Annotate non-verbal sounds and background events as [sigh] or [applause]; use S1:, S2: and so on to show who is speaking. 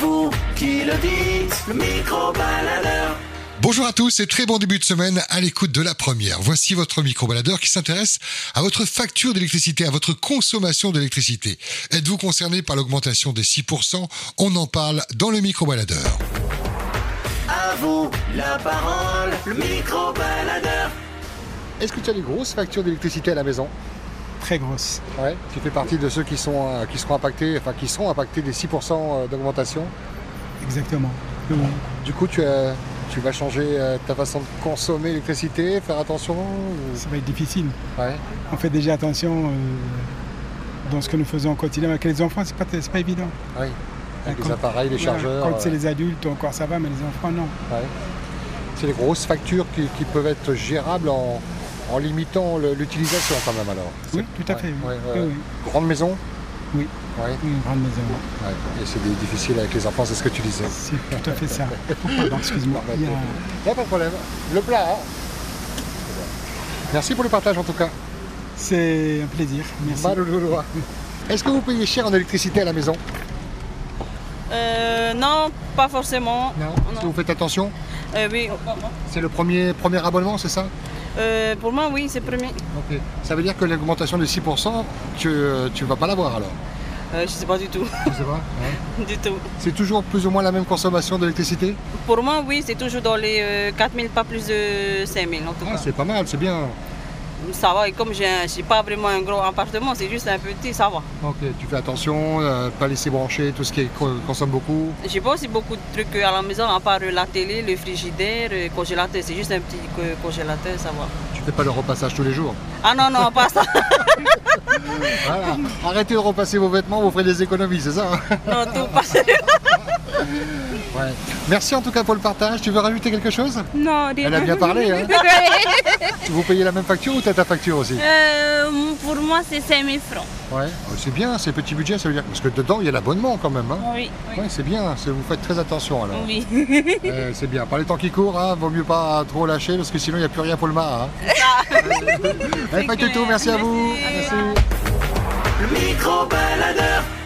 S1: vous qui le dites, le micro-baladeur.
S2: Bonjour à tous et très bon début de semaine à l'écoute de la première. Voici votre micro-baladeur qui s'intéresse à votre facture d'électricité, à votre consommation d'électricité. Êtes-vous concerné par l'augmentation des 6% On en parle dans le micro-baladeur.
S1: À vous la parole, le micro-baladeur.
S2: Est-ce que tu as des grosses factures d'électricité à la maison
S3: très grosse.
S2: Ouais. Tu fais partie de ceux qui, sont, euh, qui seront impactés, enfin qui seront impactés des 6% euh, d'augmentation.
S3: Exactement. Oui.
S2: Du coup, tu, as- tu vas changer euh, ta façon de consommer l'électricité, faire attention ou-
S3: Ça va être difficile.
S2: Ouais.
S3: On fait déjà attention euh, dans ce que nous faisons au quotidien. Avec les enfants, c'est pas, c'est pas évident.
S2: Ouais. Avec
S3: Quand-
S2: les appareils, les
S3: voilà,
S2: chargeurs.
S3: Quand c'est
S2: euh,
S3: les adultes, encore ça va, mais les enfants, non.
S2: ouais. C'est les grosses factures qui, qui peuvent être gérables en, en limitant le- l'utilisation quand même alors.
S3: Oui, tout à
S2: ouais,
S3: fait. oui.
S2: ouais, ouais,
S3: Oui,
S2: ouais.
S3: oui.
S2: Grande maison
S3: Oui.
S2: Ouais,
S3: Oui, une grande maison.
S2: ouais. Et c'est des- difficile avec les enfants, c'est ce que tu disais.
S3: C'est tout à fait ça. Pardon, excuse-moi.
S2: [laughs] Pardon.
S3: Il y a-
S2: Il a pas de problème. Le plat. hein. Merci pour le partage en tout cas.
S3: C'est un plaisir. Merci.
S2: Maloloa. Est-ce que vous payez cher en électricité à la maison
S4: Euh, non, pas forcément.
S2: Est-ce que vous faites attention
S4: Euh, oui.
S2: C'est le premier, premier abonnement, c'est ça
S4: Euh, pour moi, oui, c'est premier.
S2: Ok. Ça veut dire que l'augmentation de 6%, tu ne vas pas l'avoir alors
S4: Euh, je sais pas du tout, [laughs]
S2: Je sais pas. ouais.
S4: du tout.
S2: C'est toujours plus ou moins la même consommation d'électricité
S4: Pour moi, oui, c'est toujours dans les 4000, pas plus de 5000 en tout
S2: Ah,
S4: cas.
S2: C'est pas mal, c'est bien.
S4: ça va, et comme j'ai un- j'ai pas vraiment un gros appartement, c'est juste un petit, ça va.
S2: Ok, tu fais attention, euh, pas laisser brancher tout ce qui est- co- consomme beaucoup.
S4: J'ai pas aussi beaucoup de trucs à la maison, à part euh, la télé, le frigidaire, le congélateur, c'est juste un petit co- congélateur, ça va.
S2: Tu fais pas le repassage tous les jours.
S4: Ah non, non, pas ça. [laughs]
S2: [laughs] Voilà. Arrêtez de repasser vos vêtements, vous ferez des économies, c'est ça hein
S4: Non, tout pas.
S2: Ouais. Merci en tout cas pour le partage. Tu veux rajouter quelque chose
S5: [laughs] Non, rien.
S2: Elle a bien
S5: [laughs]
S2: parlé. [laughs] Hein vous payez la même facture ou t'as ta facture aussi
S5: Euh, pour moi, c'est 5000 francs.
S2: Ouais, euh, c'est bien, c'est petit budget, ça veut dire parce que dedans il y a l'abonnement quand même. Hein.
S5: Oui,
S2: Ouais, c'est bien, c'est- vous faites très attention alors.
S5: oui.
S2: Euh, c'est bien. Par les temps qui courent, hein, vaut mieux pas trop lâcher parce que sinon il n'y a plus rien pour le mât. Hein. Allez, pas du tout, merci à vous.
S4: Merci.
S2: Merci.
S1: Le micro-baladeur.